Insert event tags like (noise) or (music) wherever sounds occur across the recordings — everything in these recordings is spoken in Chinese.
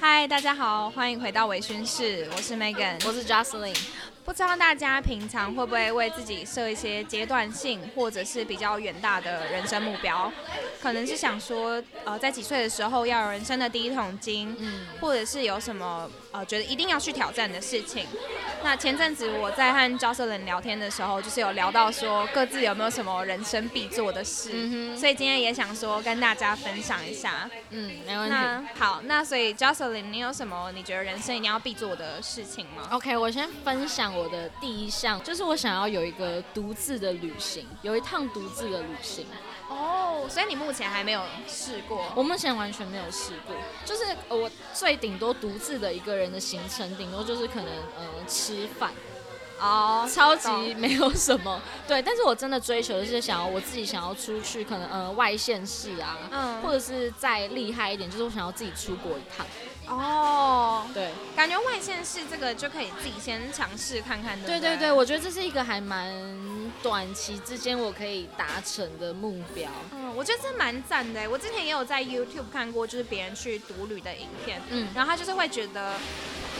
嗨，大家好，欢迎回到微醺室，我是 Megan，我是 Jocelyn。不知道大家平常会不会为自己设一些阶段性或者是比较远大的人生目标？可能是想说，呃，在几岁的时候要有人生的第一桶金，嗯，或者是有什么呃觉得一定要去挑战的事情。那前阵子我在和 Jocelyn 聊天的时候，就是有聊到说各自有没有什么人生必做的事，嗯哼所以今天也想说跟大家分享一下。嗯，没问题。那好，那所以 Jocelyn，你有什么你觉得人生一定要必做的事情吗？ OK，我先分享我的第一项，就是我想要有一个独自的旅行，有一趟独自的旅行。哦，所以你目前还没有试过。我目前完全没有试过，就是呃我最顶多独自的一个人的行程，顶多就是可能呃吃饭，哦超级没有什么。对，但是我真的追求的是想要我自己想要出去，可能呃外县市啊，嗯或者是再厉害一点，就是我想要自己出国一趟。哦，对，感觉外县市这个就可以自己先尝试看看，对对不对对对，我觉得这是一个还蛮短期之间我可以达成的目标。嗯，我觉得这蛮赞的欸。我之前也有在 YouTube 看过，就是别人去独旅的影片，嗯然后他就是会觉得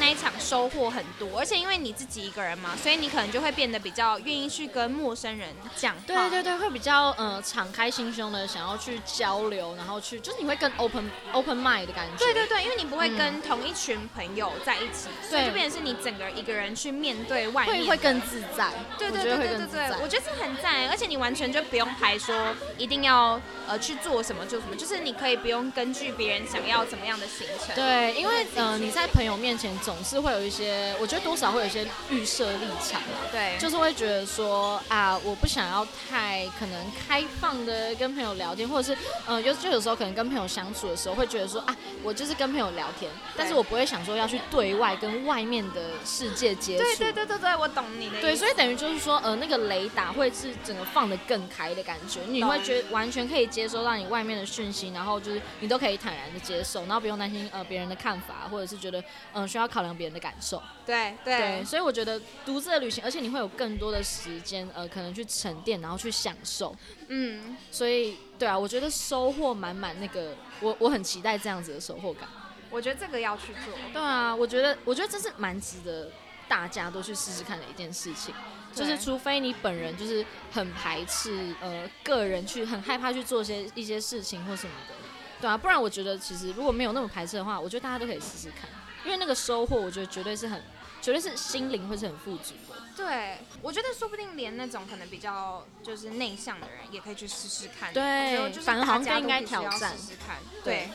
那一场收获很多，而且因为你自己一个人嘛，所以你可能就会变得比较愿意去跟陌生人讲话。对对对，会比较呃敞开心胸的想要去交流，然后去就是你会更 open open mind 的感觉。对对对，因为你不会跟同一群朋友在一起，所以嗯对就变成是你整个一个人去面对外面会的，会更自在。对我对对对觉得会对更自对在，我觉得这很赞，而且你完全就不用排说一定要呃去做什么做什么，就是你可以不用根据别人想要怎么样的行程。对，因为呃你在朋友面前总是会有一些，我觉得多少会有一些预设立场啊。对，就是会觉得说啊，我不想要太可能开放的跟朋友聊天，或者是呃，有就有时候可能跟朋友相处的时候，会觉得说啊，我就是跟朋友聊天，但是我不会想说要去对外跟外面的世界接触。对对对对对，我懂你的意思。对，所以等于就是说，呃，那个雷达会是整个放的更开的感觉，你会觉得啊完全可以接收到你外面的讯息，然后就是你都可以坦然的接受，然后不用担心呃别人的看法，或者是觉得嗯、呃需要考量别人的感受。对啊对，对所以我觉得独自的旅行，而且你会有更多的时间，呃，可能去沉淀，然后去享受。嗯，所以，对啊，我觉得收获满满，那个我我很期待这样子的收获感。我觉得这个要去做。对啊，我觉得我觉得这是蛮值得大家都去试试看的一件事情，就对是除非你本人就是很排斥，呃，个人去很害怕去做一些一些事情或什么的，对啊，不然我觉得其实如果没有那么排斥的话，我觉得大家都可以试试看，因为那个收获，我觉得绝对是很，绝对是心灵会是很富足的。对，我觉得说不定连那种可能比较就是内向的人也可以去试试看。对我觉得就是反而好像大家更应该都必须要挑战试试看。对对，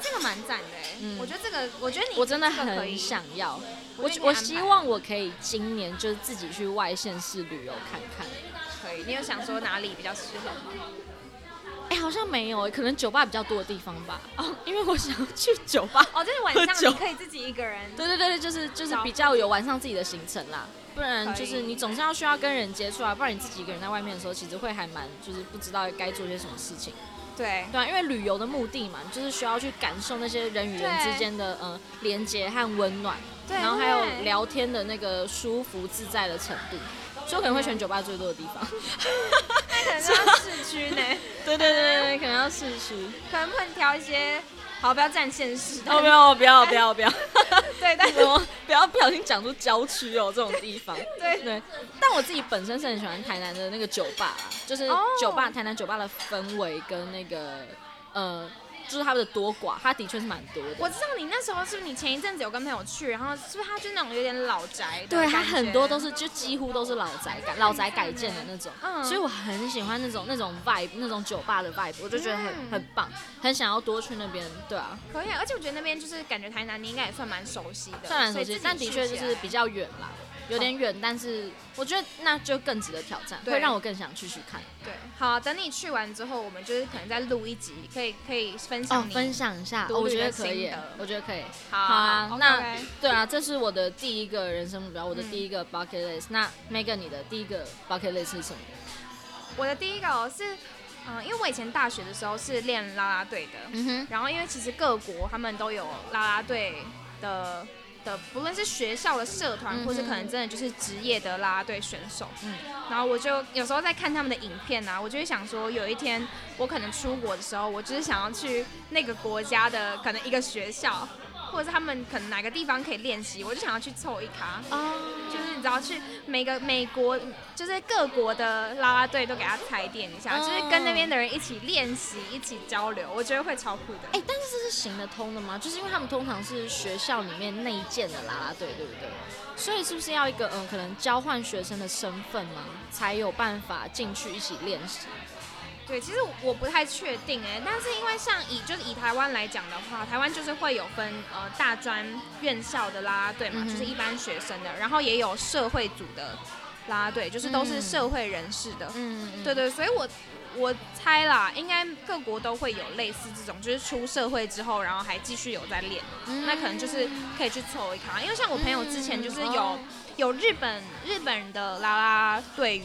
这个蛮赞的欸嗯我觉得这个，我觉得你我真的这个可以很，想要，我我觉得你我安排希望我可以今年就是自己去外县市旅游看看。可以。你有想说哪里比较适 (laughs) 合吗？哎、好像没有、可能酒吧比较多的地方吧。哦，因为我想要去酒吧。 (laughs) 哦，就是晚喝上酒你可以自己一个人。对对对对，就是就是比较有晚上自己的行程啦，不然就可以是你总是要需要跟人接触啊，不然你自己一个人在外面的时候，其实会还蛮就是不知道该做些什么事情。对对啊，因为旅游的目的嘛，就是需要去感受那些人与人对之间的呃连接和温暖，对然后还有对聊天的那个舒服自在的程度，所以我可能会选酒吧最多的地方。可能要市区 (laughs) 呢，对对对对，可能要市区。可能不能挑一些，好不要占县市。哦，不要不要不要不要，对，但 (laughs) 什么不要不小心讲出郊区哦这种地方。对对，但我自己本身是很喜欢台南的那个酒吧啦，就是哦酒吧、台南酒吧的氛围跟那个呃，就是它的多寡，它的确是蛮多的。我知道你那时候是不是你前一阵子有跟朋友去，然后是不是他就那种有点老宅的对，它感觉很多都是就几乎都是老宅改老宅改建的那种，嗯所以我很喜欢那种那种 vibe 那种酒吧的 vibe，我就觉得很、嗯很棒，很想要多去那边。对啊，可以啊，而且我觉得那边就是感觉台南你应该也算蛮熟悉的，虽然所熟以自悉己，但的确去就起是来比较远啦，有点远，但是我觉得那就更值得挑战，对会让我更想去去看。对。好，等你去完之后，我们就是可能再录一集，可以可以分分哦享，你分享一下，独哦我旅觉的得可以心得，我觉得可以。好好啊好那 OK，OK 对啊，这是我的第一个人生目标，我的嗯第一个 bucket list。那 Megan，你的第一个 bucket list 是什么？我的第一个哦是，嗯、因为我以前大学的时候是练啦啦队的，嗯哼，然后因为其实各国他们都有啦啦队的的，不论是学校的社团，嗯哼或是可能真的就是职业的啦啦队选手。嗯嗯，然后我就有时候在看他们的影片啊，我就会想说，有一天我可能出国的时候，我就是想要去那个国家的可能一个学校，或者是他们可能哪个地方可以练习，我就想要去凑一咖。哦，就是你知道去每个美国，就是各国的啦啦队都给他踩点一下，嗯就是跟那边的人一起练习、一起交流，我觉得会超酷的。哎，但是这是行得通的吗？就是因为他们通常是学校里面内建的啦啦队，对不对？所以是不是要一个嗯，可能交换学生的身份吗，才有办法进去一起练习？对，其实我不太确定哎、但是因为像以就是以台湾来讲的话，台湾就是会有分呃大专院校的啦啦队嘛，嗯哼就是一般学生的，然后也有社会组的啦啦队，就是都是嗯社会人士的。嗯，对对，所以我我猜啦，应该各国都会有类似这种，就是出社会之后，然后还继续有在练，嗯那可能就是可以去凑一咖。因为像我朋友之前就是哦有、有日本日本的啦啦队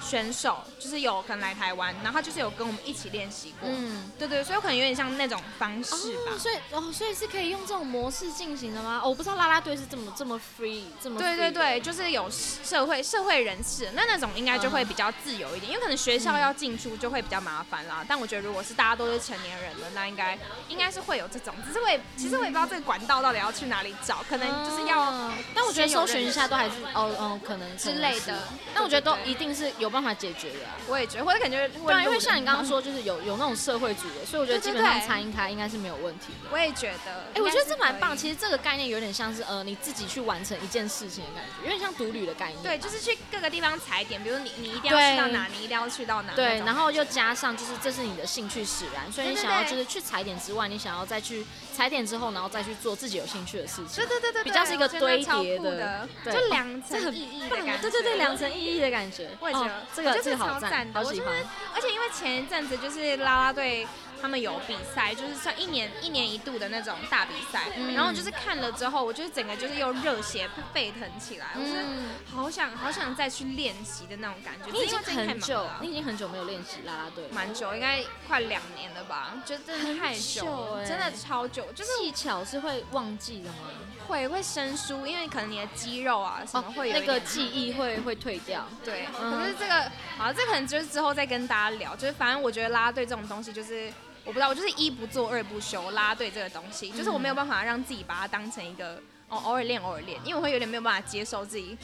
选手，就是有可能来台湾，然后他就是有跟我们一起练习过。嗯。对对，所以我可能有点像那种方式吧哦、。所以哦，所以是可以用这种模式进行的吗？哦，我不知道啦啦队是这么这么 free，这么 free 对对的对，就是有社会社会人士，那那种应该就会比较自由一点，因为可能学校要进出就会比较麻烦嗯啦。但我觉得如果是大家都是成年人了，那应该应该是会有这种，只是我也其实我也不知道这个管道到底要去哪里找，可能就是要嗯但我觉得先有搜认寻一下识都还是哦哦，可能之类。可能的是。但我觉得都对对一定是有办法解决的啊、我也觉得，或者感觉对对啊，因为像你刚刚，说，就是有有那种社会主义的，所以我觉得对对基本上对餐饮卡应该是没有问题的。我也觉得，哎、我觉得这蛮棒。实其实这个概念有点像是呃，你自己去完成一件事情的感觉，有点像独旅的概念吧。对，就是去各个地方踩点，比如你你一定要去到哪，你一定要去到哪。对，那种然后又加上就是这是你的兴趣使然，所以你对对想要对就是去踩点之外，你想要再去踩点之后，然后再去做自己有兴趣的事情对。对对对，比较是一个对我觉得超堆叠酷的的，对就哦两这层很意义的棒感觉。对对对，两层意义的感觉。我也觉得哦这我个觉得这个好超赞赞，的好我喜就欢是。而且因为前一阵子就是啦啦队他们有比赛，就是算一年一年一度的那种大比赛，嗯然后我就是看了之后，我就是整个就是又热血沸腾起来，我就是嗯，好想好想再去练习的那种感觉。你已只经是因为真的太很忙久了啊，你已经很久没有练习啦啦队了，蛮久，应该快两年了吧，就真的太久了，很久欸真的超久，就是技巧是会忘记的吗？会会生疏，因为可能你的肌肉啊什么会有一哦那个点记忆会会退掉。对，嗯可是这个好，这可能就是之后再跟大家聊。就是反正我觉得啦啦队这种东西，就是我不知道，我就是一不做二不休。啦啦队这个东西，嗯就是我没有办法让自己把它当成一个哦偶尔练偶尔练，因为我会有点没有办法接受自己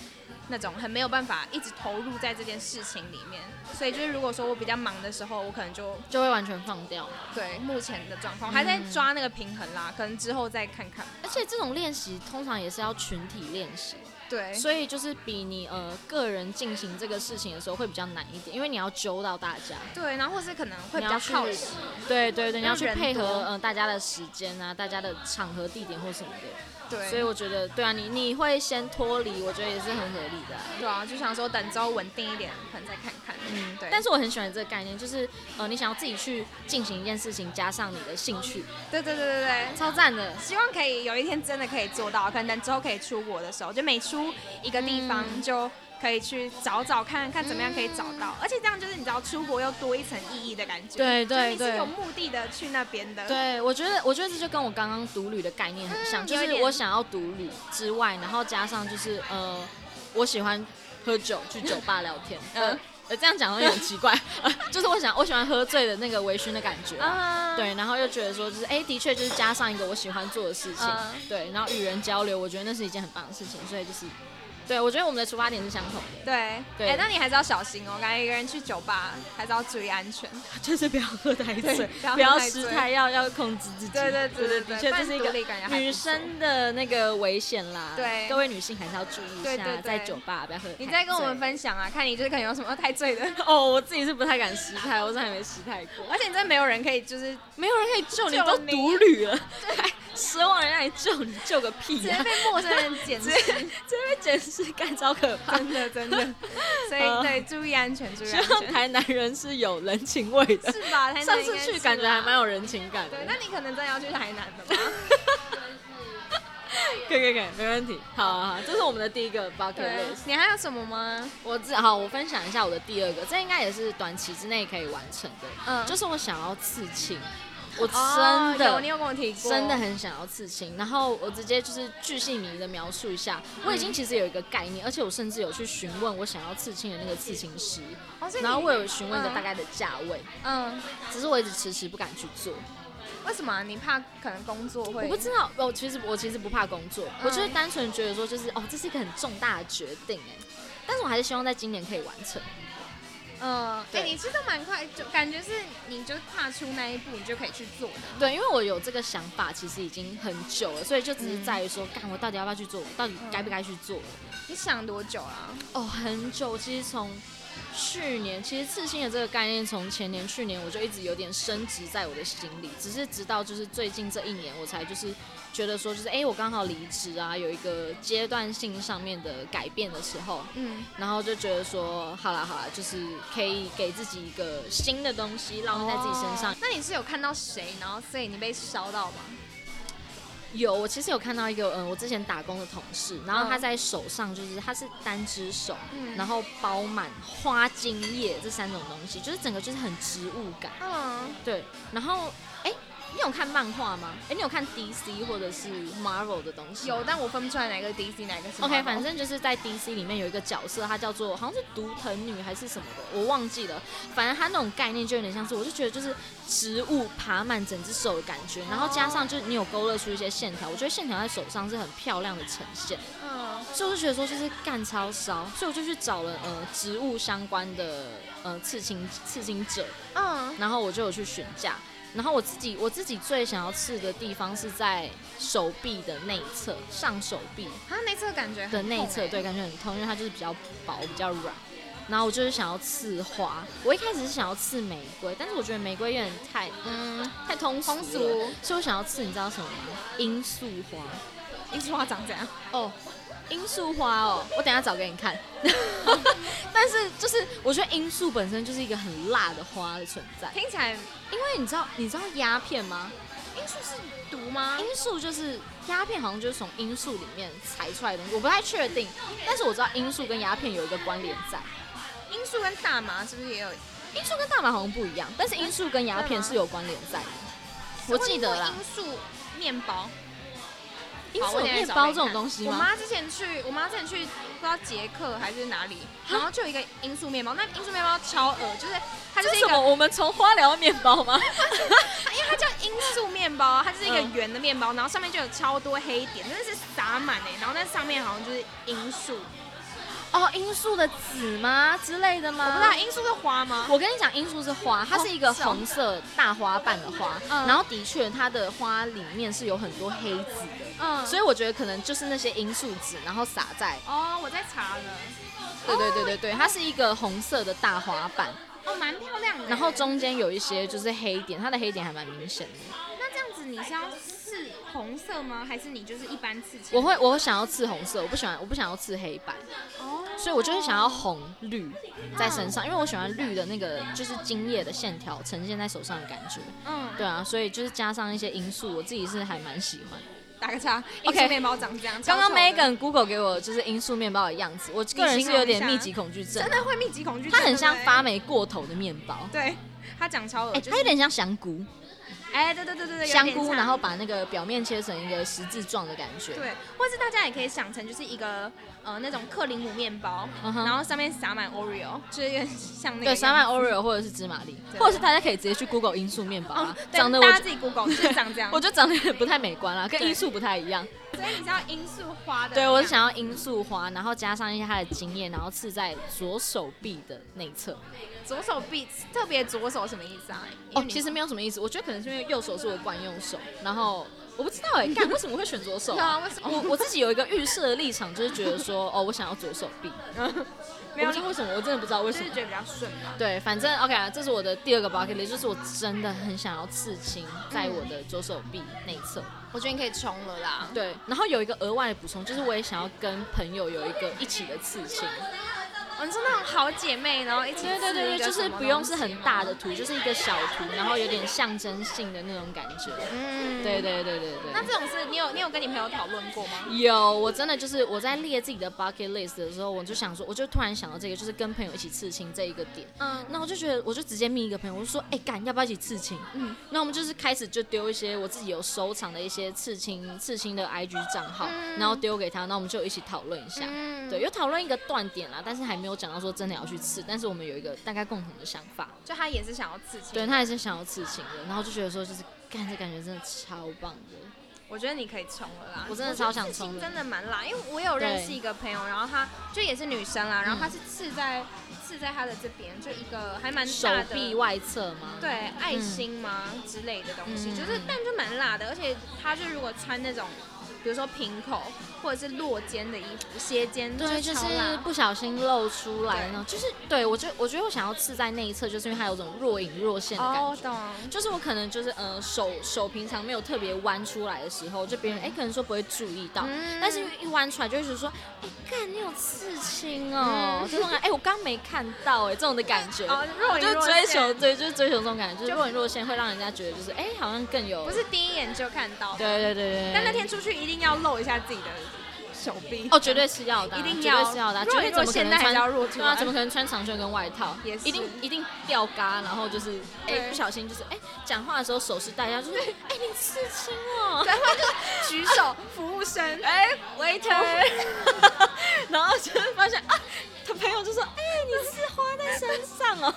那种很没有办法一直投入在这件事情里面。所以就是如果说我比较忙的时候，我可能就就会完全放掉，对目前的状况还在抓那个平衡啦，可能之后再看看。而且这种练习通常也是要群体练习，对，所以就是比你呃个人进行这个事情的时候会比较难一点，因为你要揪到大家，对，然后或是可能会比你较要去靠时。对对对，你要因为去人配合多呃大家的时间啊，大家的场合、地点或什么的，对，所以我觉得对啊，你你会先脱离，我觉得也是很合理的啊、对啊，就想说等之后稳定一点，可能再看看。嗯嗯，对。但是我很喜欢这个概念，就是呃，你想要自己去进行一件事情，加上你的兴趣，对啊对对对对，超赞的。希望可以有一天真的可以做到，可能之后可以出国的时候，就每出一个地方嗯就可以去找找看看怎么样可以找到，而且这样就是你知道出国又多一层意义的感觉，对对就是你对是有目的的去那边的，对，我觉得，我觉得这就跟我刚刚独旅的概念很像，嗯就有一是点我想要独旅之外，然后加上就是呃，我喜欢喝酒，去酒吧聊天， (laughs) 呃嗯，呃，这样讲有点奇怪，呃就是我想我喜欢喝醉的那个微醺的感觉啊。啊，对，然后又觉得说，就是哎、的确就是加上一个我喜欢做的事情，嗯对，然后与人交流，我觉得那是一件很棒的事情，所以就是，对我觉得我们的出发点是相同的。 (laughs) 对对哎，那你还是要小心哦，感觉一个人去酒吧还是要注意安 (laughs) 全，就是不要喝太对醉，不不要要喝太醉失态，要要控制自己。对对对对对的对确不这然是一独个立感觉还不错哎女生的那个危险啦。对各位女性还是要注意一对对下，对在酒吧不要喝太醉。你再跟我们分享啊，看你就是可能有什么太 (laughs) 醉的，哦，我自己是不太敢失态，我是还没失态过， (laughs) 而且真的没有人可以就是没有人可以救你，救都你啊独哎旅了，还奢望人家来救你，救个屁啊直呀、接被陌生人捡直拾接，直接被件事，干超可 (laughs) 怕。真的真的，所以呃对，注意安全，注意 (laughs) 希安望 (laughs) 全，台南人是有人情味的。是 (laughs) 吧？台南上应次该去是感觉吧还蛮有人情感的对，。那你可能真的要去台南的 (laughs) 吧？可以可以可以，没问题。好好好，这是我们的第一个 bucket 对 list。，你还有什么吗？我自好，我分享一下我的第二个，这应该也是短期之内可以完成的，嗯就是我想要刺青，我真哦的、有你有跟我提过，真的很想要刺青，然后我直接就是巨细靡的描述一下，我已经其实有一个概念，而且我甚至有去询问我想要刺青的那个刺青师，哦，所以你然后我有询问一个嗯大概的价位，嗯，只是我一直迟迟不敢去做，为什么啊你怕可能工作会？我不知道，我其实我其实不怕工作，嗯我就是单纯觉得说，就是哦，这是一个很重大的决定哎，但是我还是希望在今年可以完成。嗯，哎，对你吃的蛮快，就感觉是你就踏出那一步，你就可以去做的。对，因为我有这个想法，其实已经很久了，所以就只是嗯在于说，干、我到底要不要去做，我到底该不该去做？你想多久啊？哦，很久，其实从去年，其实刺青的这个概念从前年、去年我就一直有点升级在我的心里，只是直到就是最近这一年，我才就是觉得说，就是哎、诶我刚好离职啊，有一个阶段性上面的改变的时候，嗯，然后就觉得说，好啦好啦，就是可以给自己一个新的东西烙印在自己身上哦。那你是有看到谁，然后所以你被烧到吗？有，我其实有看到一个，嗯，我之前打工的同事，然后他嗯在手上就是他是单只手，嗯然后包满花茎叶这三种东西，就是整个就是很植物感。嗯，对，然后哎，你有看漫画吗？哎，你有看 DC 或者是 Marvel 的东西吗？有，但我分不出来哪个 DC 哪个是 OK， Marvel 反正就是在 DC 里面有一个角色，她叫做好像是毒藤女还是什么的，我忘记了。反正她那种概念就有点像是，我就觉得就是植物爬满整只手的感觉，然后加上就是你有勾勒出一些线条，我觉得线条在手上是很漂亮的呈现，嗯所以我就觉得说就是干超烧，所以我就去找了呃植物相关的呃刺青刺青者，嗯，然后我就有去询价。然后我自己我自己最想要刺的地方是在手臂的内侧，上手臂，它内侧感觉很的内痛侧，欸对，，感觉很痛，因为它就是比较薄，比较软。然后我就是想要刺花，我一开始是想要刺玫瑰，但是我觉得玫瑰有点太，嗯，太通俗了通俗所以我想要刺，你知道什么吗？罂粟花。一句话长这样。哦，罂粟花哦，我等一下找给你看。 (laughs) 但是就是我觉得罂粟本身就是一个很辣的花的存在，听起来因为你知道你知道鸦片吗？罂粟是毒吗？罂粟就是鸦片，好像就是从罂粟里面采出来的东西，我不太确定，但是我知道罂粟跟鸦片有一个关联在。罂粟跟大麻是不是也有？罂粟跟大麻好像不一样，但是罂粟跟鸦片是有关联在的。我记得啦罂，粟面包，罂好粟我有等一下面找包给你这种看东西我吗？妈之前去，我妈之前去不知道捷克还是哪里，然后就有一个罂粟面包，那罂粟面包超恶，就是它就是这是一什么？个，我们从花聊到面包吗？因为它叫罂粟面包，啊它就是一个嗯圆的面包，然后上面就有超多黑点，真的是撒满哎，然后那上面好像就是罂粟，哦，罂粟的籽吗之类的吗？我不知道罂粟是花吗？我跟你讲，罂粟是花，它是一个红色大花瓣的花，嗯然后的确它的花里面是有很多黑籽的，嗯，所以我觉得可能就是那些罂粟籽，然后撒在，哦，我在查了，对对对对对，它是一个红色的大花瓣，哦，蛮漂亮的。然后，中间有一些就是黑点，它的黑点还蛮明显的。那这样子你是要刺红色吗？还是你就是一般刺青？我会，我想要刺红色，我不喜欢，我不想要刺黑白，哦，所以我就是想要红绿在身嗯上，因为我喜欢绿的那个就是茎叶的线条呈现在手上的感觉。嗯，对啊，所以就是加上一些因素，我自己是还蛮喜欢。打个叉。罂 OK 粟面包长这样。刚超刚丑的 Megan Google 给我就是罂粟面包的样子，我个人是有点密集恐惧症真，的欸会密集恐惧症，它很像对不对发。霉过头的面包。对，它长超恶哎、就是它有点像香菇，哎，对对对对对，有香点菇，像然后把那个表面切成一个十字状的感觉。对，或是大家也可以想成就是一个呃那种克林姆面包，嗯哼然后上面撒满 Oreo，就是有点像那个对，撒满样子 Oreo 或者是芝麻粒，对或者是大家可以直接去 Google 罂粟面包、哦，啊对长得我大觉家自己 Google 就是长这样。 (laughs) 我觉得长得有点不太美观啦，跟对罂粟不太一样。所以你是要罂粟花的，对，我是想要罂粟花，然后加上一些它的茎叶，然后刺在左手臂的内侧。左手臂特别左手什么意思啊？因为哦，你其实没有什么意思，我觉得可能是因为右手是我惯用手，然后我不知道哎、 (laughs) 欸，干为什么会选左手对啊、啊，为什么？我我自己有一个预设的立场，就是觉得说，哦，我想要左手 (laughs) 臂，没有哦我不知，道为什么，我真的不知道为就什是么觉。得比较顺吧。对，反正 OK，啊这是我的第二个 bucket list，就是我真的很想要刺青在我的左手臂内侧。我觉得你可以冲了啦。对，然后有一个额外的补充，就是我也想要跟朋友有一个一起的刺青。我哦们是那种好姐妹，然后一起对对对刺一对，个就是什么不用东是西很大的图，就是一个小图，然后有点象征性的那种感觉。嗯对。对对对对。那这种事，你有你有跟你朋友讨论过吗？有，我真的就是我在列自己的 bucket list 的时候，我就想说，我就突然想到这个，就是跟朋友一起刺青这一个点。嗯，那我就觉得，我就直接密一个朋友，我就说，哎、干，要不要一起刺青？嗯嗯，那我们就是开始就丢一些我自己有收藏的一些刺青刺青的 IG 账号，嗯然后丢给他，那我们就一起讨论一下。嗯对，有讨论一个断点啦，但是还没有讲到说真的要去刺，但是我们有一个大概共同的想法，就他也是想要刺青。对他也是想要刺青的，然后就觉得说就是干这感觉真的超棒的，我觉得你可以冲了啦，我真的超想冲冲的真的蛮辣，因为我有认识对嗯一个朋友，然后她就也是女生啦，然后她是刺在刺在她的这边，就一个还蛮手大臂的。外侧吗？对爱心嘛、之类的东西，嗯就是但就蛮辣的，而且她就如果穿那种，比如说平口或者是落肩的衣服、斜肩，对，就超是辣不小心露出来那种，就是对我觉得，我觉得我想要刺在那一侧，就是因为它有种若隐若现的感哦，觉。我懂，就是我可能就是呃手手平常没有特别弯出来的时候，就别人哎、可能说不会注意到，嗯但是一弯出来就会觉得说，哎、干你有刺青哦，嗯这种感哎、我刚没看到哎、这种的感觉，哦，若隐就是若现追求对，就是追求这种感觉，就是就若隐若现会让人家觉得就是哎、好像更有不是第一眼就看到，对对对对对，但那天出去一定要露一下自己的手臂。哦绝对是要的啊、一定绝要对是要的啊、若绝隐对若怎么可现能但还穿是要露出对啊，来怎么可能穿长袖跟外套？也是一定一定掉嘎，然后就是哎、对不小心就是哎讲、话的时候手势带一下，就是哎、你刺青哦、然后就 (laughs) 举手，服务生，哎、维 waiter， (laughs) (laughs) 然后就会发现啊，他朋友就说：“哎、你是花在身上 (laughs) 哦。”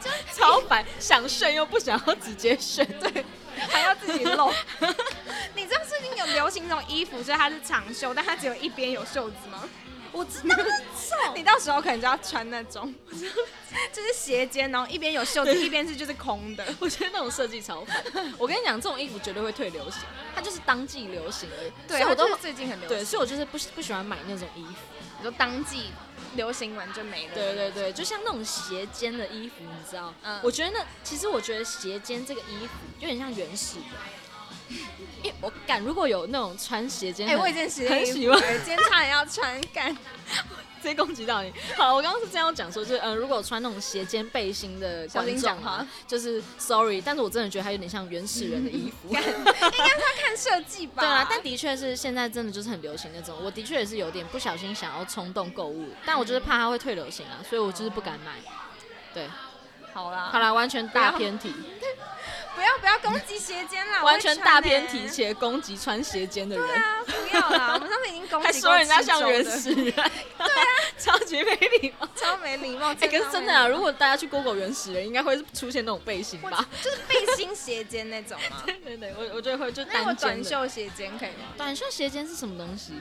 就超白，想炫又不想要直接炫，对，还要自己露。 (laughs) 你知道最近有流行那种衣服，就是它是长袖，但它只有一边有袖子吗？我知道那种 (laughs) 你到时候可能就要穿那种， (laughs) 就是斜肩，然后一边有袖子，一边是就是空的。我觉得那种设计超烦。我跟你讲，这种衣服绝对会退流行，它就是当季流行而已。所对，以我它就都是最近很流对，行，所以我就是不喜不喜欢买那种衣服。你说当季流行完就没了。对对对，就像那种斜肩的衣服，你知道？嗯我觉得那其实我觉得斜肩这个衣服有点像原始人，因为我敢如果有那种穿斜肩哎、很，我以前喜很喜欢今天差点要穿干。直接攻击到你。好，我刚刚是这样讲说，就是嗯、呃如果我穿那种斜肩背心的小心观讲众话啊，就是 sorry，但是我真的觉得它有点像原始人的衣服。嗯干应该是要看设计吧。对啊，但的确是现在真的就是很流行那种，我的确也是有点不小心想要冲动购物，但我就是怕它会退流行啊，所以我就是不敢买。对，好啦，好啦，完全大不要偏题，不要不要攻击斜肩啦，完全大偏题，前。且攻击穿斜肩的人，欸对啊，不要啦，我们上次已经攻还击说过人家吃粥像原的，(laughs) 始人，对啊，超级没礼貌。超没礼貌。 (laughs) 哎、可是真的啊，超没礼如果大家去 Google 原始人，应该会出现那种背心貌吧？我就是背心斜肩那种嘛。 (laughs) 对对，我我觉得会就那我单短肩的。袖斜肩可以吗？短袖斜肩是什么东西？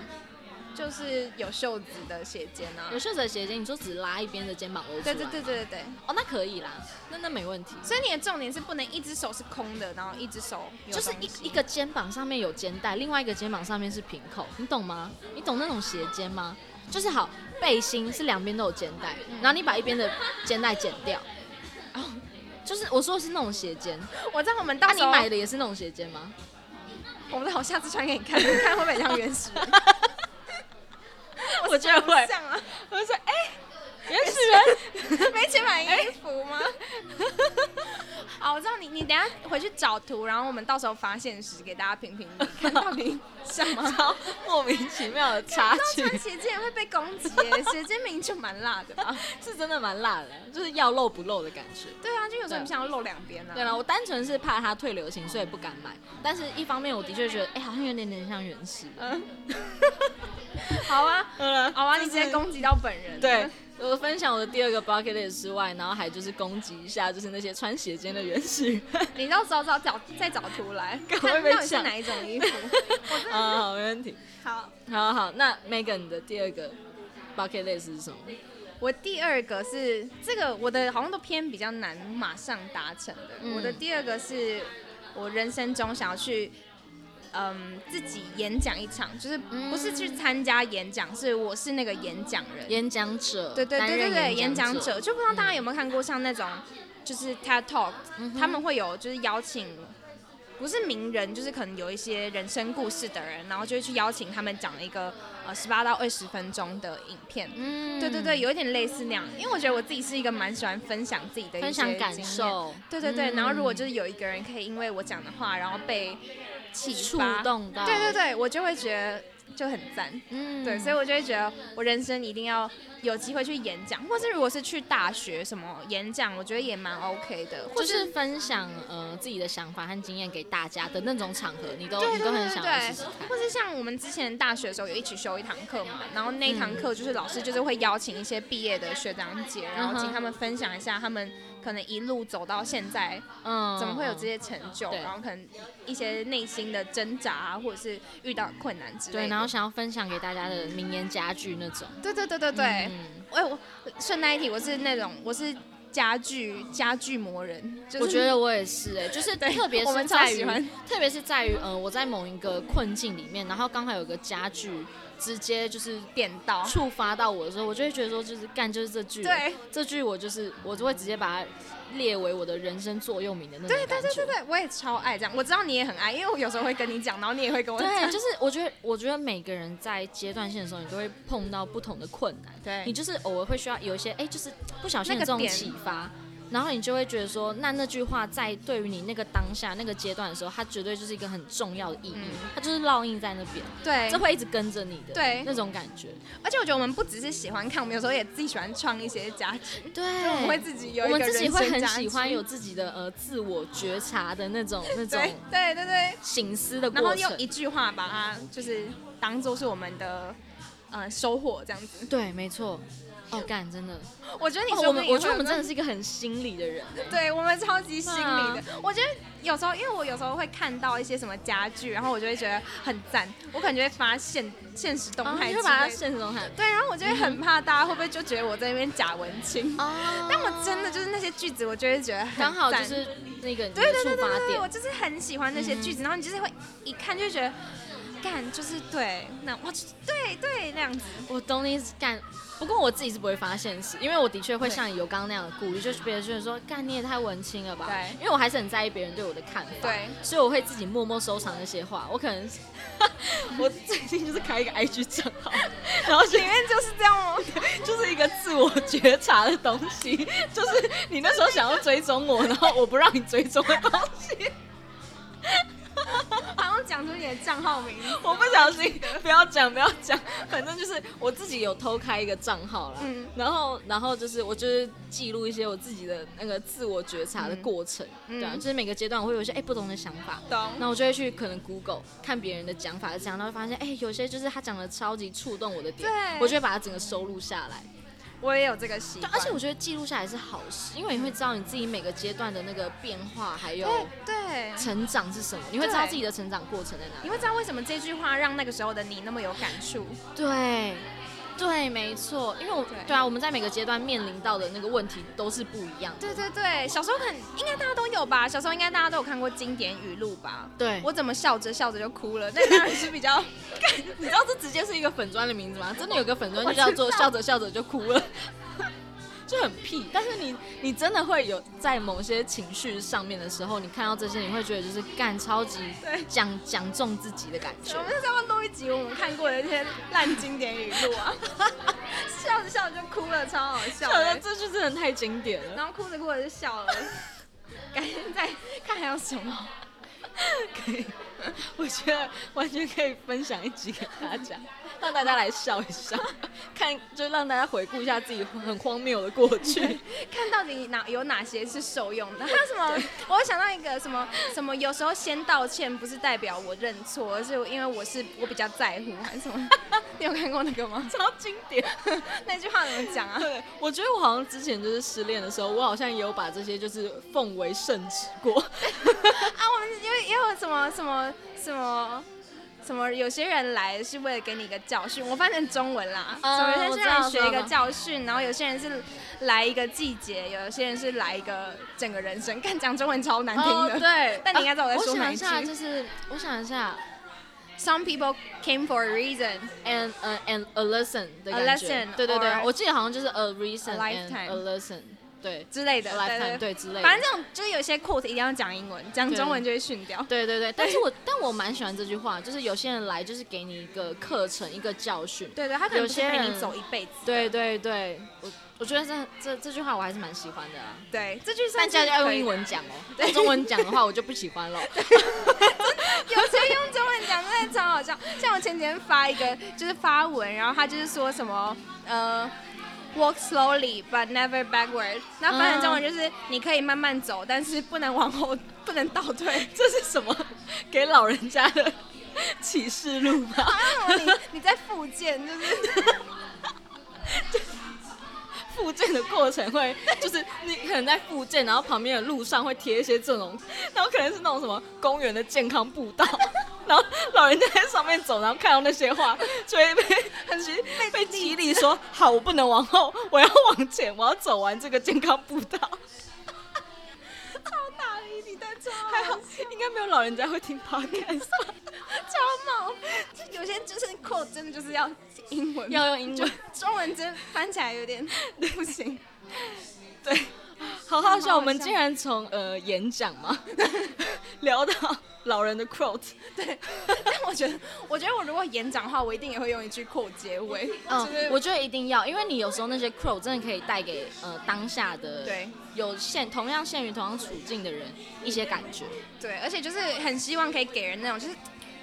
就是有袖子的斜肩啊有。袖子的斜肩，你说只拉一边的肩膀露出对来对对对对对，哦，那可以啦，那那没问题。所以你的重点是不能一只手是空的，然后一只手有就是东西一一个肩膀上面有肩带，另外一个肩膀上面是平口，你懂吗？你懂那种斜肩吗？就是好背心是两边都有肩带，然后你把一边的肩带剪掉，嗯哦， (laughs) 就是我说的是那种斜肩。我知道我们那到你时候买，的也是那种斜肩吗？我们我下次穿给你看，你看会不会像原始 (laughs) 人？ (laughs) 我觉得会像啊，我就说，哎、原始人，没钱买衣服吗？哎 (laughs) 好，我知道你，你等一下回去找图，然后我们到时候发现时给大家评评理，看到底像 (laughs) 吗？ (laughs) 超莫名其妙的插都曲穿，斜肩也会被攻击耶，斜肩明明就蛮辣 (laughs) 的 (laughs) 吧？是真的蛮辣的，就是要露不露的感觉。对啊，就有时候你不想要露两边啊。对了，我单纯是怕它退流行，所以不敢买。但是一方面，我的确觉得，哎、好像有点点像原始人。好啊，好了好啊，你直接攻击到本人。对，，我分享我的第二个 bucket list 之外，然后还就是攻击一下，就是那些穿斜肩的原始人。 (laughs) 你到时候找找再找图 (laughs) 来，看赶快到被底是抢哪一种衣 (laughs) 服。我真的啊，好，没问题。好，好好，那 Megan 你的第二个 bucket list 是什么？我第二个是这个，我的好像都偏比较难马上达成的。嗯我的第二个是我人生中想要去嗯自己演讲一场，就是不是嗯去参加演讲，是我是那个演讲人。演讲者，对对担对对任对，演演讲者，者就不知道大家有没有看过像那种就是 TED Talk，、嗯哼他们会有就是邀请不是名人，就是可能有一些人生故事的人，然后就会去邀请他们讲一个呃十八到二十分钟的影片。嗯对对对，，有一点类似那样，因为我觉得我自己是一个蛮喜欢分享自己的一些分享感经验。受，嗯对对对，然后如果就是是有一个人可以因为我讲的话，然后被启触发，动到，对对，对，我就会觉得就很赞。嗯对，所以以我就会觉得我人生一定要有机会去演讲，或是如果是去大学什么演讲，我觉得也蛮 OK 的，或就是是分享呃自己的想法和经验给大家的那种场合，你都对你都对很对想对要试试看，或是像我们之前大学的时候有一起修一堂课嘛，然后那一堂课就是老师就是会邀请一些毕业的学长姐，然嗯后请他们分享一下他们可能一路走到现在嗯，怎么会有这嗯些成就，对然后可能一些内心的挣扎啊，或者是遇到的困难之类的。对，然后想要分享给大家的名言佳句那种，对对对对对，哎、嗯我顺带一提，我是那种我是。家具家具魔人，就是、我觉得我也是哎、就是对特别我们是超在喜于欢，特别是在于呃我在某一个困境里面，然后刚好有个家具直接就是点到，触发到我的时候，我就会觉得说就是干就是这句了，对这句我就是我就会直接把它列为我的人生座右铭的那种对感对觉。对对对，我也超爱这样。我知道你也很爱，因为我有时候会跟你讲，然后你也会跟我对讲。就是我觉得，我觉得每个人在阶段性的时候，你都会碰到不同的困难。对你就是偶尔会需要有一些，哎、就是不小哎心的那个这种点启发，然后你就会觉得说，那那句话在对于你那个当下那个阶段的时候，它绝对就是一个很重要的意义，嗯它就是烙印在那边，对这会一直跟着你的，对那种感觉，嗯而且我觉得我们不只是喜欢看，我们有时候也自己喜欢创一些家具，对，就我们会自己有哎我一个们人自己生会很家喜欢具有自己的呃自我觉察的那种那种 (laughs) 对对对对，醒思的然后过用程。一句话把它就是当做是我们的呃收获这样子。对，没错。哦，干，真的，我觉得你哦说、我们我觉得我们真的。是一个很心理的人欸，对我们超级心理对的，我觉得有时候，因为我有时候会看到一些什么家具，然后我就会觉得很赞，我可能就会发现现实动啊态你之类会的，把它嗯现实中看。对，然后我就会很怕大家会不会就觉得我在那边假文青，哦，但我真的就是那些句子，我就会觉得很刚好就赞是那个你的对对触对对发对对，我点，就是很喜欢那些句子，然后你就是会一看就觉得，干就是对，那我就对对那样子，我懂你干。不过我自己是不会发现实，因为我的确会像有刚刚那样的顾虑，就是别人就会说，干你也太文青了吧？对因为我还是很在意别人对我的看法，对，所以我会自己默默收藏那些话。我可能， (laughs) 我最近就是开一个 IG 账号，(laughs) 然后就里面就是这样吗？就是一个自我觉察的东西，就是你那时候想要追踪我，然后我不让你追踪的东西，好像讲出你的账号名字， (laughs) 我不小心，不要讲，不要讲，反正就是我自己有偷开一个账号啦，嗯然后然后就是我就是记录一些我自己的那个自我觉察的过程，嗯对啊，嗯就是每个阶段我会有一些哎、不同的想法。懂？那我就会去可能 Google 看别人的讲法是这样，然后发现哎、有些就是他讲的超级触动我的点，对我就会把它整个收录下来。我也有这个习对惯，，而且我觉得记录下来是好事，因为你会知道你自己每个阶段的那个变化，还有对对。成长是什么，你会知道对自己的成长过程在哪你里。会知道为什么这句话让那个时候的你那么有感触，对，对，没错，因为我对对啊，我们在每个阶段面临到的那个问题都是不一样的。对对对，小时候很应该大家都有吧，小时候应该大家都有看过经典语录吧？对我怎么笑着笑着就哭了？那当然是比较你知道这直接是一个粉砖的名字吗？真的有个粉砖就我知叫做“道笑着笑着就哭了”， (laughs) 就很屁。但是你你真的会有在某些情绪上面的时候，你看到这些，你会觉得就是干超级对讲讲中自己的感觉我。们那时候录一集我们看过的那些烂经典语录 (laughs) 啊，笑着笑着就哭了，超好笑我觉的得。这句真的太经典了。然后哭着哭着就笑了，改天再看还有什么。可以， (laughs) 我觉得完全可以分享一集给大 (laughs) 家，让大家来笑一笑， (laughs) 看就让大家回顾一下自己很荒谬的过去。看到底哪有哪些是受用的？还有什么？我有想到一个什么什么，有时候先道歉不是代表我认错，而是因为我是我比较在乎还是什 (laughs) 么？你有看过那个吗？超经典， (laughs) 那句话怎么讲 (laughs) 啊？对我觉得我好像之前就是失恋的时候，我好像也有把这些就是奉为圣旨 (laughs) 过。啊，我们因为也有什么什么什么什么，有些人来是为了给你一个教训，我翻成中文啦。嗯什么有我些知道人学一我个知道教训，然后有些人是来一个季节，有些人是来一个整个人生。看讲中文超难听的。哦对啊但你应该知道我在我说哪想一一句下，就是我想一下， some people came for a reason. and a and a lesson 的 A 感觉 lesson 对对 or 对，我记得好像就是 a reason a and lifetime a lesson，对之类，a 的 lifetime，对对之类的。反正这种就是有一些 quote 一定要讲英文，讲对中文就会训掉。对对对，但是我但我蛮喜欢这句话，就是有些人来就是给你一个课程，一个教训。对对，他可能不有是些陪你人走一辈子的。对对对，我我觉得这这这句话我还是蛮喜欢的啊。对，这句算但是这可要用以英文讲哦，用中文讲的话我就不喜欢了。有时候用中文讲真的超好笑。像我前几天发一个就是发文，然后他就是说什么呃，walk slowly but never backward，那翻成中文就是你可以慢慢走，但是不能往后， (laughs) 不能倒退。 (laughs) 这是什么？给老人家的启示录吗？那种啊你你在复健就是复健的过程会，就是你可能在复健，然后旁边的路上会贴一些这种，然后可能是那种什么公园的健康步道，然后老人家在上面走，然后看到那些话，就会被很激被激励说：好，我不能往后，我要往前，我要走完这个健康步道。超大力，你的超还好，应该没有老人家会听 podcast，超猛。就有些就是 quote 真的就是要英文，要用英就文，中文真翻起来有点不行。对，好好好笑笑。我们竟然从呃演讲嘛聊到老人的 quote。但我觉得，我觉得我如果演讲的话，我一定也会用一句 quote 结尾。就是嗯，我觉得一定要，因为你有时候那些 crow 真的可以带给呃当下的对有限同样限于同样处境的人一些感觉。对，而且就是很希望可以给人那种，就是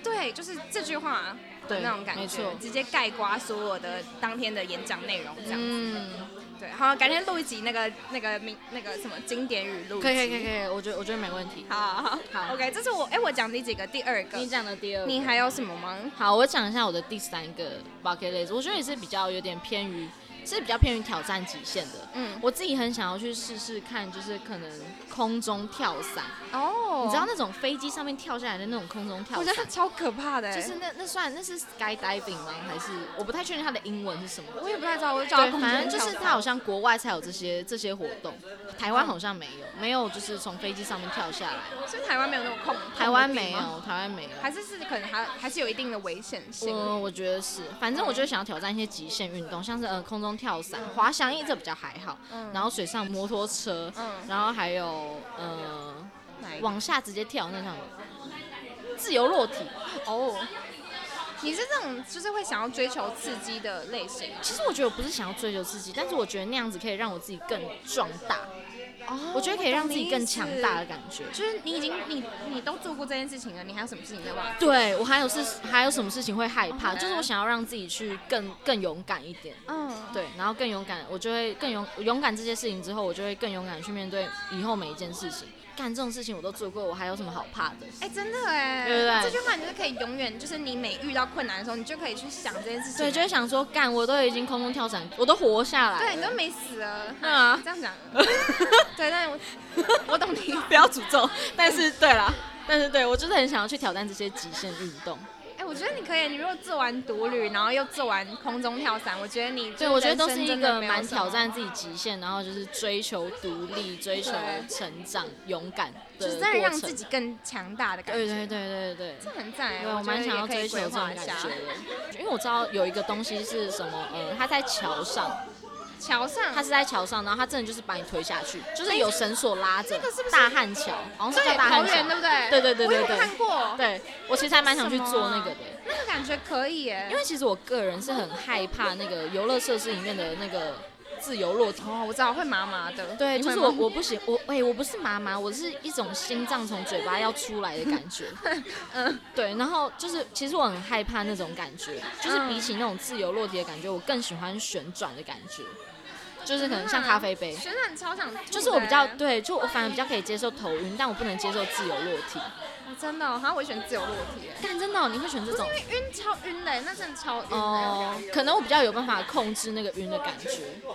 对，就是这句话的对那种感没觉错，直接盖刮所有的当天的演讲内容这样。嗯，对，好，改天录一集那个那个名那个什么经典语录。可以可以可以可以，我觉得我觉得没问题。好好好好 o k 这是我哎、我讲第几个？第二个。你你讲的第二个，还有什么吗？好，我讲一下我的第三个 bucket list，我觉得也是比较有点偏于是比较偏于挑战极限的。嗯，我自己很想要去试试看，就是可能空中跳伞，哦，你知道那种飞机上面跳下来的那种空中跳我觉伞得，超可怕的、哎就是那那算那是 skydiving 吗？还是我不太确定它的英文是什么？我也不太知道，我就叫对他，空反正中就是跳它好像国外才有这些这些活动，台湾好像没有，没有就是从飞机上面跳下来，伞，是台湾没有那种空，台湾空的地没吗，有，台湾没有。还是是可能还还是有一定的危险性。嗯，我觉得是，反正我就想要挑战一些极限运动，像是呃空中跳伞、滑翔翼这比较还好，嗯然后水上摩托车，嗯，然后还有呃哪一个？往下直接跳那种自由落体，哦，你是这种就是会想要追求刺激的类型其实我觉得我不是想要追求刺激，但是我觉得那样子可以让我自己更壮大，哦我觉得可以让自己更强大的感感觉。就是你已经你你都做过这件事情了，你还有什么事情在忘？对我还有是还有什么事情会害怕？ OK 就是我想要让自己去更更勇敢一点，嗯，对，然后更勇敢，我就会更勇勇敢这些事情之后，我就会更勇敢去面对以后每一件事情。干这种事情我都做过，我还有什么好怕的？哎、真的哎，对不对这句话你就是可以永远，就是你每遇到困难的时候，你就可以去想这件事情。对，就会想说，干我都已经空中跳伞，我都活下来对了，你都没死啊，嗯啊，这样讲。 (laughs) 对，但是我我懂你。 (laughs) 不要诅咒。但是对啦，但是对我就是很想要去挑战这些极限运动。哎、我觉得你可以，你如果做完独旅，然后又做完空中跳伞，我觉得你对，我觉得都人是生一真的个没有蛮什么挑战自己极限，然后就是追求独立、追求对成长、勇敢的就过是程。真的让自己更强大的感觉。对对对对对。这很赞欸，对，哎我觉得蛮想也要可以追求规这种划感一觉下。 (laughs) 的，因为我知道有一个东西是什么，呃，它在桥上，桥上，它是在桥上，然后它真的就是把你推下去，就是有绳索拉着，那个是不是大汉桥？好像是对叫大桃汉园，对桥。不对？对对对对我有对看过，对，我其实还蛮想去什么啊做那个的，那个感觉可以耶，因为其实我个人是很害怕那个游乐设施里面的那个自由落体。哦，我知道会麻麻的，对，你就会是我吗我不行，我哎、我不是麻麻，我是一种心脏从嘴巴要出来的感觉。 (laughs) 嗯对，然后就是其实我很害怕那种感觉，就是嗯比起那种自由落体的感觉，我更喜欢旋转的感觉，就是可能像咖啡杯。旋转超嗯想吐的欸，就是我比较对，就我反而比较可以接受头晕，但我不能接受自由落体。哦真的哦，好像我选自由落体耶，但真的哦、你会选这种因为晕超晕的欸，那真的超晕的哦？可能我比较有办法控制那个晕的感觉，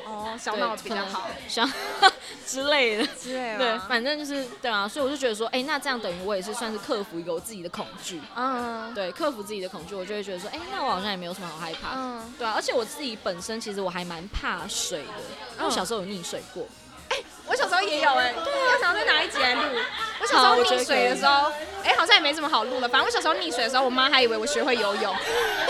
哦，小对脑比较好，可能像 (laughs) 之类的。之类对，吧，反正就是对啊，所以我就觉得说，哎、那这样等于我也是算是克服一个我自己的恐惧，嗯对，克服自己的恐惧，我就会觉得说，哎、那我好像也没有什么好害怕的。嗯，对啊，而且我自己本身其实我还蛮怕水的，嗯因为我小时候有溺水过。哎我小时候也有哎，对，我想要再拿一集来录，我小时啊好候我觉得溺水的时候，哎、好像也没什么好录了。反正我小时候溺水的时候，我妈还以为我学会游泳，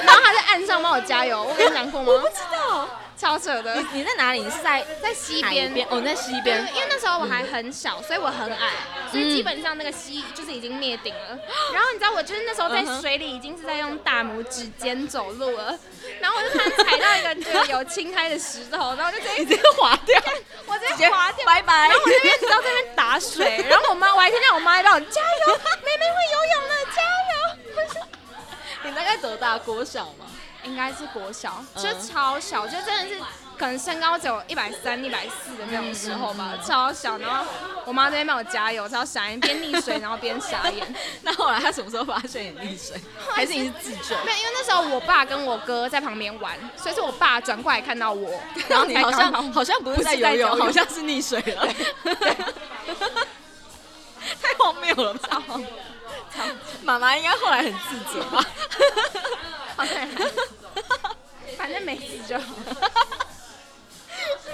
然后她在岸上帮我加 (laughs) 油。我跟你讲过吗？知道超扯的。你你在哪里？你是在在西海哦边，边？哦，你在西对，边。因为那时候我还很小，所以我很矮，嗯所以基本上那个膝就是已经灭顶了。然后你知道，我就是那时候在嗯哼水里已经是在用大拇指尖走路 (laughs) 了，然后我就突然踩到一个就是有青苔的石头，然后我就直接划掉， (laughs) 我直接滑掉。拜拜然后我那边你知道在那边打水， (laughs) 然后我妈我还听见我妈让我加油，妹妹会游泳了，加油！你大概多大？国小 (laughs) 吗？应该是国小，就嗯超小，就真的是可能身高只有一百三、一百四的那种时候吧，超小。然后我妈在那边帮我加油，超傻眼，边溺水然后边傻眼。那后来他什么时候发现你溺水？还是你是自救？没有，因为那时候我爸跟我哥在旁边玩，所以是我爸转过来看到 (laughs) 我，然后然后你才好刚像好。好像不是在不是游在游泳，泳好像是溺水了。 (laughs) 太荒谬了吧！妈妈应该后来很自责吧？ (laughs) 好像也没反正没事就好。 (laughs)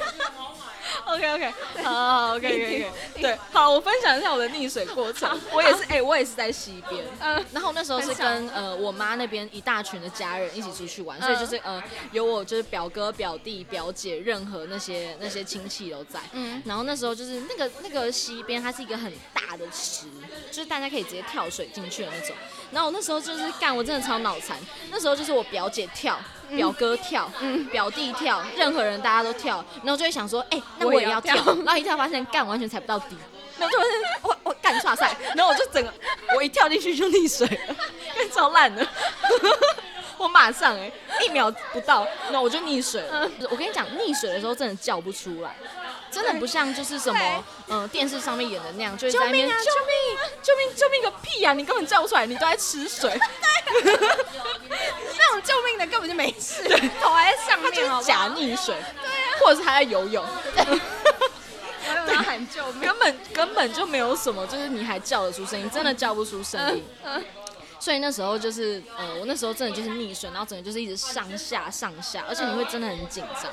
OK OK，好 OK OK (laughs) OK，对，好，我分享一下我的溺水过程。我也是，哎、我也是在西边。啊嗯， (laughs) 然后那时候是很爽跟呃我妈那边一大群的家人一起出去玩，所以就是呃有我就是表哥、表弟、表姐，任何那些那些亲戚都在。嗯嗯，然后那时候就是那个那个溪边，它是一个很大的池，就是大家可以直接跳水进去的那种。然后我那时候就是干，我真的超脑残。那时候就是我表姐跳，表哥跳，嗯，表弟跳，任何人大家都跳，然后就会想说，哎、那我我也也要要跳。跳然后一跳发现干完全踩不到底，然后就发现我我干 (laughs) 刷赛，然后我就整个 (laughs) 我一跳进去就溺水 (laughs) 了，跟超烂的。 (laughs) 我马上哎、一秒不到，然后我就溺水了。嗯我跟你讲，溺水的时候真的叫不出来，真的不像就是什么嗯、呃电视上面演的那样，就是在那边救命啊救命救命救命个屁啊呀、你根本叫不出来，你都在吃水。 (laughs) 那种救命的根本就没事，头还在上他就面，好是不好啊假溺水，或者是他在游泳， (laughs) 我有没有喊救 (laughs) 命？根本根本就没有什么，就是你还叫得出声音，真的叫不出声音。嗯，所以那时候就是，呃，我那时候真的就是溺水，然后整个就是一直上下上下，而且你会真的很紧张。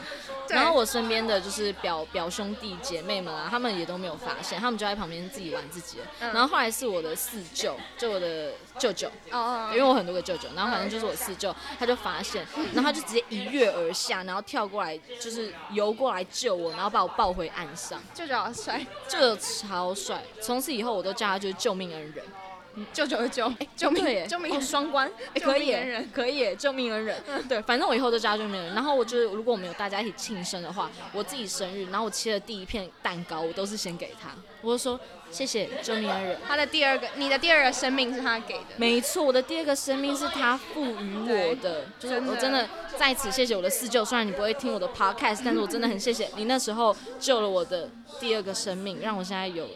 对然后我身边的就是表表兄弟姐妹们啊，他们也都没有发现，他们就在旁边自己玩自己的。嗯然后后来是我的四舅，就我的舅舅，哦哦因为我很多个舅舅，然后反正就是我四舅，他就发现，然后他就直接一跃而下，然后跳过来，就是游过来救我，然后把我抱回岸上，舅舅好帅，这个超帅。从此以后我都叫他就是救命恩人，舅舅的救，救对耶命，救哦命，双关，哎救可以命恩耶人，可以耶，救命恩 (laughs) 人。对，反正我以后都叫他救命恩人。然后我就是如果我们有大家一起庆生的话，我自己生日，然后我切的第一片蛋糕，我都是先给他，我就说谢谢救命恩人。他的第二个，你的第二个生命是他给的，没错，我的第二个生命是他赋予我的，就是真的我真的在此谢谢我的四舅。虽然你不会听我的 podcast，但是我真的很谢谢你那时候救了我的第二个生命，让我现在有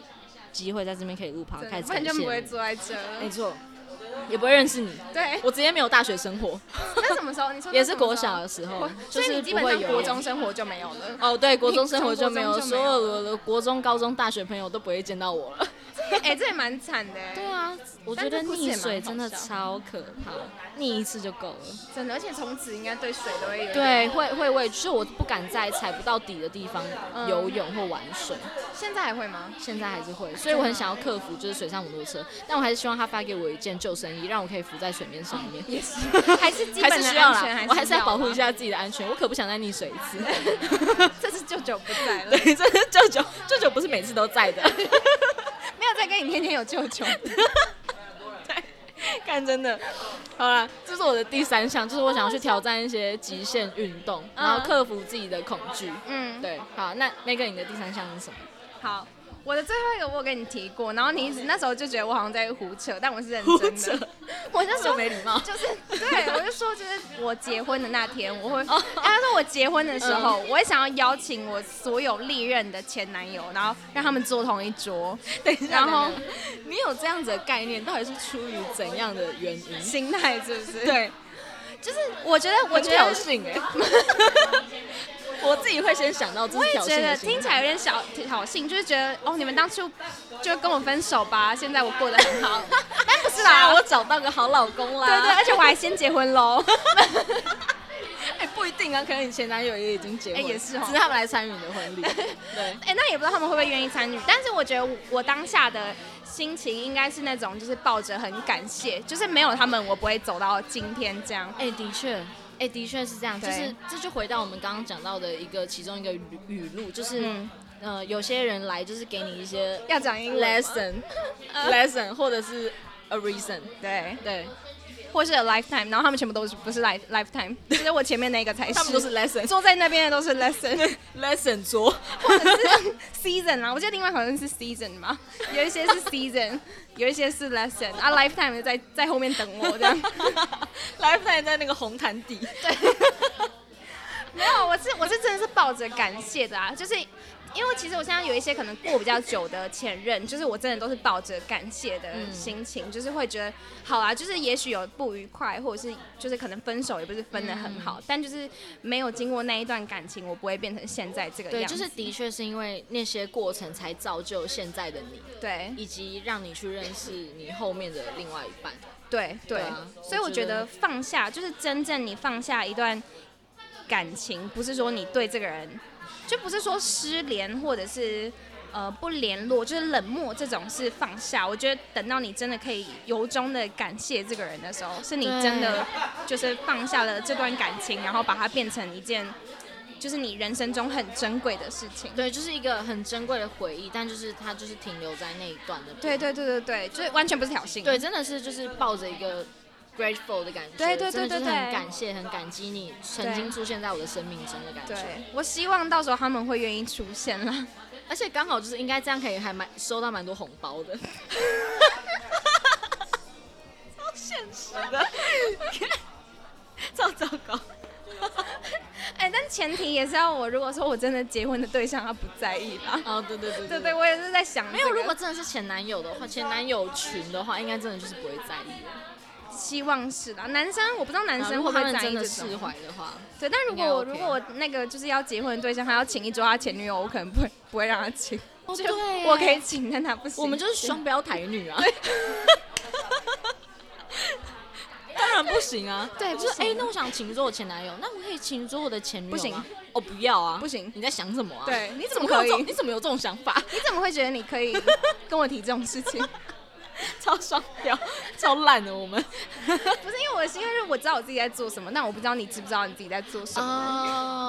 机会在这边可以录真的 podcast。不然就感谢哎不会你坐在这了。没错，也不会认识你。对， (laughs) 我直接没有大学生活，那什么时候？你说也是那什么国时候小的时候国，所就以是你基不本会上有国中生活就没有了。哦，对，国中生活就没有，你从国中就所没有有的国中、高中、大学朋友都不会见到我了。哎，这也蛮惨的，对啊，我觉但这得故事也溺蛮水好真的笑超可怕，溺一次就够了。真的，而且从此应该对水都会有。，对，会会畏惧，就是我不敢在踩不到底的地方嗯游泳或玩水，现在还会 (laughs) 吗？现在还是会，所以我很想要克服就是水上摩托车，但我还是希望他发给我一件救生衣，让我可以浮在水面上面。也是，还是基 (laughs) 还本是的需要安啦全，还是我还是要保护啊一。下自己的安全，我可不想再溺水一次。 (laughs) 这是舅舅不在了，对，这是舅舅，舅舅不是每次都在的。没有再跟你天天有舅 (laughs) 舅。看，真的，好啦，这是我的第三项，就是我想要去挑战一些极限运动，然后克服自己的恐惧。嗯，对，好，那那个你的第三项是什么？好。我的最后一个我有跟你提过，然后你一直那时候就觉得我好像在胡扯，但我是认真的。，我那时 (laughs) 这候没礼貌。就是对，我就说就是我结婚的那天，我 (laughs) 会，哎他说我结婚的时候，嗯我会想要邀请我所有历任的前男友，然后让他们坐同一桌，等一然然后后你有这样子的概念，到底是出于怎样的原因？心态是不是？，对，就是我觉得，我很觉挑得。 (laughs) 衅哎、 (laughs) 我自己会先想到这我是也挑觉衅得的心听起来有点小挑衅，就是觉得哦，你们当初 (laughs) 就跟我分手吧，现在我过得很 (laughs) 好，但不是是啊，啦，我啊找到个好老公啦。对对，而且我还先结婚喽。哎、不一定啊，可能你前男友也已经结婚，哎也是哦只是他 (laughs) (laughs) 们来参与你的婚礼。对，哎、那也不知道他们会不会愿意参与，但是我觉得我我当下的心情应该是那种就是抱着很感谢，就是没有他们我不会走到今天这样。哎、的确，哎、的确是这样，就对是这就回到我们刚刚讲到的一个其中一个语语录，就是、嗯，呃，有些人来就是给你一些要讲英文吗 (laughs) lesson lesson 或者是 a reason，对，对，或是有 lifetime，然后他们全部都是不是 life lifetime，就是我前面那个才是。他们都是 lesson 坐在那边的都是 lesson， lesson 桌，或者是 season 啊，我记得另外好像是 season 嘛，有一些是 season，有一些是 lesson，啊 lifetime 就在在后面等我这样。 (laughs) lifetime 在那个红毯底，没有，我是我是真的是抱着感谢的啊，就是因为其实我现在有一些可能过比较久的前任，就是我真的都是抱着感谢的心情，就是会觉得好啊，就是也许有不愉快，或者是就是可能分手也不是分的很好，但就是没有经过那一段感情，我不会变成现在这个对，样子。就是的确是因为那些过程才造就现在的你，对以及让你去认识你后面的另外一半。对对，对啊所以我觉得放下就是真正你放下一段感情，不是说你对这个人，就不是说失联或者是呃不联络，就是冷漠这种是放下。我觉得等到你真的可以由衷的感谢这个人的时候，是你对真的就是放下了这段感情，然后把它变成一件就是你人生中很珍贵的事情。对，就是一个很珍贵的回忆，但就是它就是停留在那一段的。对对对对对，就是完全不是挑衅。对，真的是就是抱着一个 grateful 的感觉，对对对真的就是对对很感谢、很感激你曾经出现在我的生命中的感对觉。，我希望到时候他们会愿意出现啦。而且刚好就是应该这样可以还蛮收到蛮多红包 (laughs) 的。超现实的，超糟糕。 (laughs) 哎、但前提也是要我，如果说我真的结婚的对象他不在意啦。哦，对对对对对，我也是在想、没有，如果真的是前男友的话，前男友群的话，应该真的就是不会在意了。希望是啦，男生我不知道男啊如生果会不他会们在真意的这释种。怀的话，对，但如果我、应该 OK 如果我那个就是要结婚的对象，他要请一桌他前女友，我可能不会不会让他请，哦就对我可以请，但他不行。我们就是双标台女啊。当然不 (laughs) 行啊！ (laughs) 对就是不行哎、那我想请说我前男友，那我可以请说我的前女友吗不行，哦，不要啊，不行你在想什么啊？对你你怎怎么么会可有这种以？你怎么有这种想法？ (laughs) 你怎么会觉得你可以跟我提这种事情？超双标，超烂的 (laughs) 我们不是因为我的心，因为我知道我自己在做什么，但我不知道你知不知道你自己在做什么。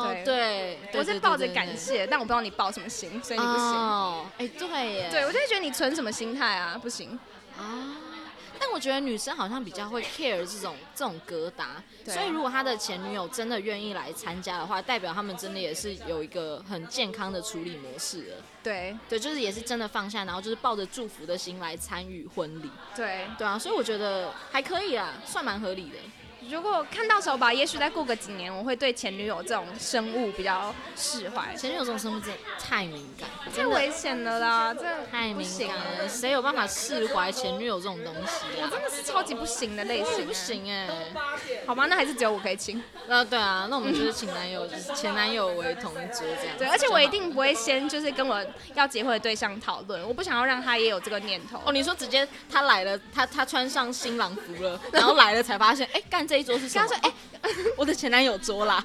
哦对 (laughs) 对，我是抱着感情，谢，但我不知道你抱什么心，所以你不行。哦，哎、对耶，对，我就会觉得你存什么心态啊？不行。啊。但我觉得女生好像比较会 care 这种这种疙瘩，对啊所以如果他的前女友真的愿意来参加的话，代表他们真的也是有一个很健康的处理模式了。对对，就是也是真的放下，然后就是抱着祝福的心来参与婚礼。对，对啊，所以我觉得还可以啦，算蛮合理的。如果看到手吧，也许再过个几年，我会对前女友这种生物比较释怀。前女友这种身份真的太敏感，太真的危险了啦，这太不敏行感啊！了，谁有办法释怀前女友这种东西、我啊？真的是超级不行啊的类我型、欸也不，行哎、好吧，那还是只有我可以亲。呃，对啊，那我们就是请男友，就是前男友为同一桌这样。对，而且我一定不会先就是跟我要结婚的对象讨论，我不想要让他也有这个念头。哦，你说直接他来了，他他穿上新郎服了，然后来了才发现，哎、干这一桌是什跟么？他说，哎、我的前男友 (laughs) 桌啦，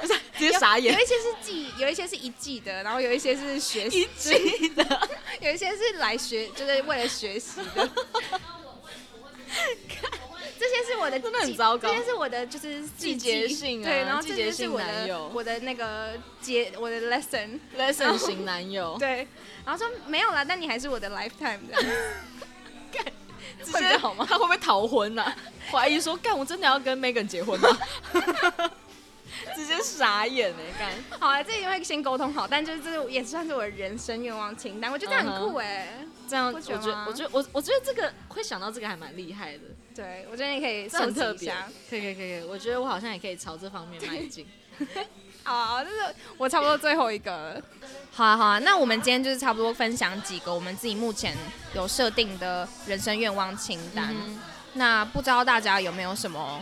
不是直接傻眼有，一些是季，有一些是一季的，然后有一些是学习，记的， (laughs) 有一些是来学，就是为了学习 (laughs) 的。这些是我的真的很季糟糕这些是我的就是季节性啊对，然后季这节些是性我男的友我的那个节，我的 lesson， lesson 型男友， (laughs) 对，然后说没有啦，但你还是我的 lifetime (laughs) 的，直会比接较好吗？他会不会逃婚啊？怀疑说，干我真的要跟 Megan 结婚吗？ (laughs) 直接傻眼哎、干，好啊，这一定会先沟通好，但就是这是也算是我的人生愿望清单，我觉得这样很嗯酷哎、这样不我觉觉得吗得，我觉得我我觉得这个会想到这个还蛮厉害的，对我觉得你可以这收很集特一别下，，可以可以可以，可以我觉得我好像也可以朝这方面迈进。好啊，这是我差不多最后一个了。好啊，好啊，那我们今天就是差不多分享几个我们自己目前有设定的人生愿望清单。嗯那不知道大家有没有什么，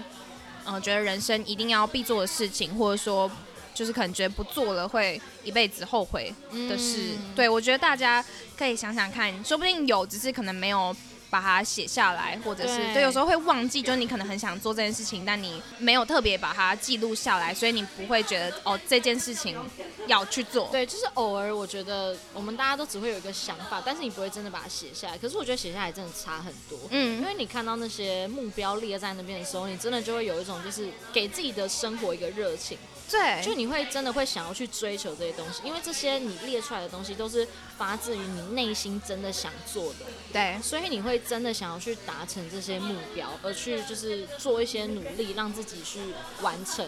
嗯、觉得人生一定要必做的事情，或者说就是可能觉得不做了会一辈子后悔的事？嗯对我觉得大家可以想想看，说不定有，只是可能没有把它写下来，或者是对对，有时候会忘记，就是你可能很想做这件事情，但你没有特别把它记录下来，所以你不会觉得哦这件事情要去做。对，就是偶尔我觉得我们大家都只会有一个想法，但是你不会真的把它写下来。可是我觉得写下来真的差很多。因嗯，为你看到那些目标列在那边的时候，你真的就会有一种就是给自己的生活一个热情，对，就你会真的会想要去追求这些东西，因为这些你列出来的东西都是发自于你内心真的想做的，对，所以你会真的想要去达成这些目标，而去就是做一些努力，让自己去完成。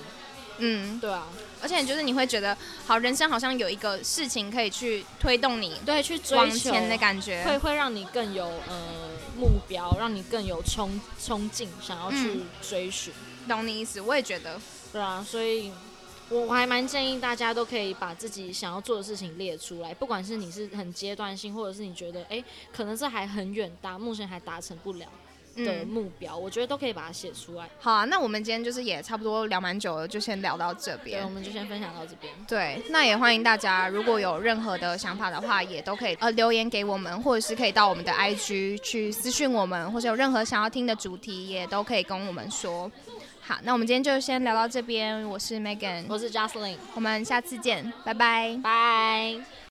嗯，对啊，而且就是你会觉得，好，人生好像有一个事情可以去推动你对，去追往求前的感觉。会会让你更有呃目标，让你更有冲冲劲，想要去嗯追寻。懂你意思，我也觉得，对啊，所以我我还蛮建议大家都可以把自己想要做的事情列出来，不管是你是很阶段性，或者是你觉得哎、诶可能这还很远大，目前还达成不了的嗯，目标，我觉得都可以把它写出来。好啊，那我们今天就是也差不多聊蛮久了，就先聊到这对，我边。们就先分享到这边。对，那也欢迎大家，如果有任何的想法的话，也都可以呃留言给我们，或者是可以到我们的 IG 去私讯我们，或者有任何想要听的主题，也都可以跟我们说。好，那我们今天就先聊到这边，我是 Megan，我是 Jocelyn，我们下次见，拜拜。拜。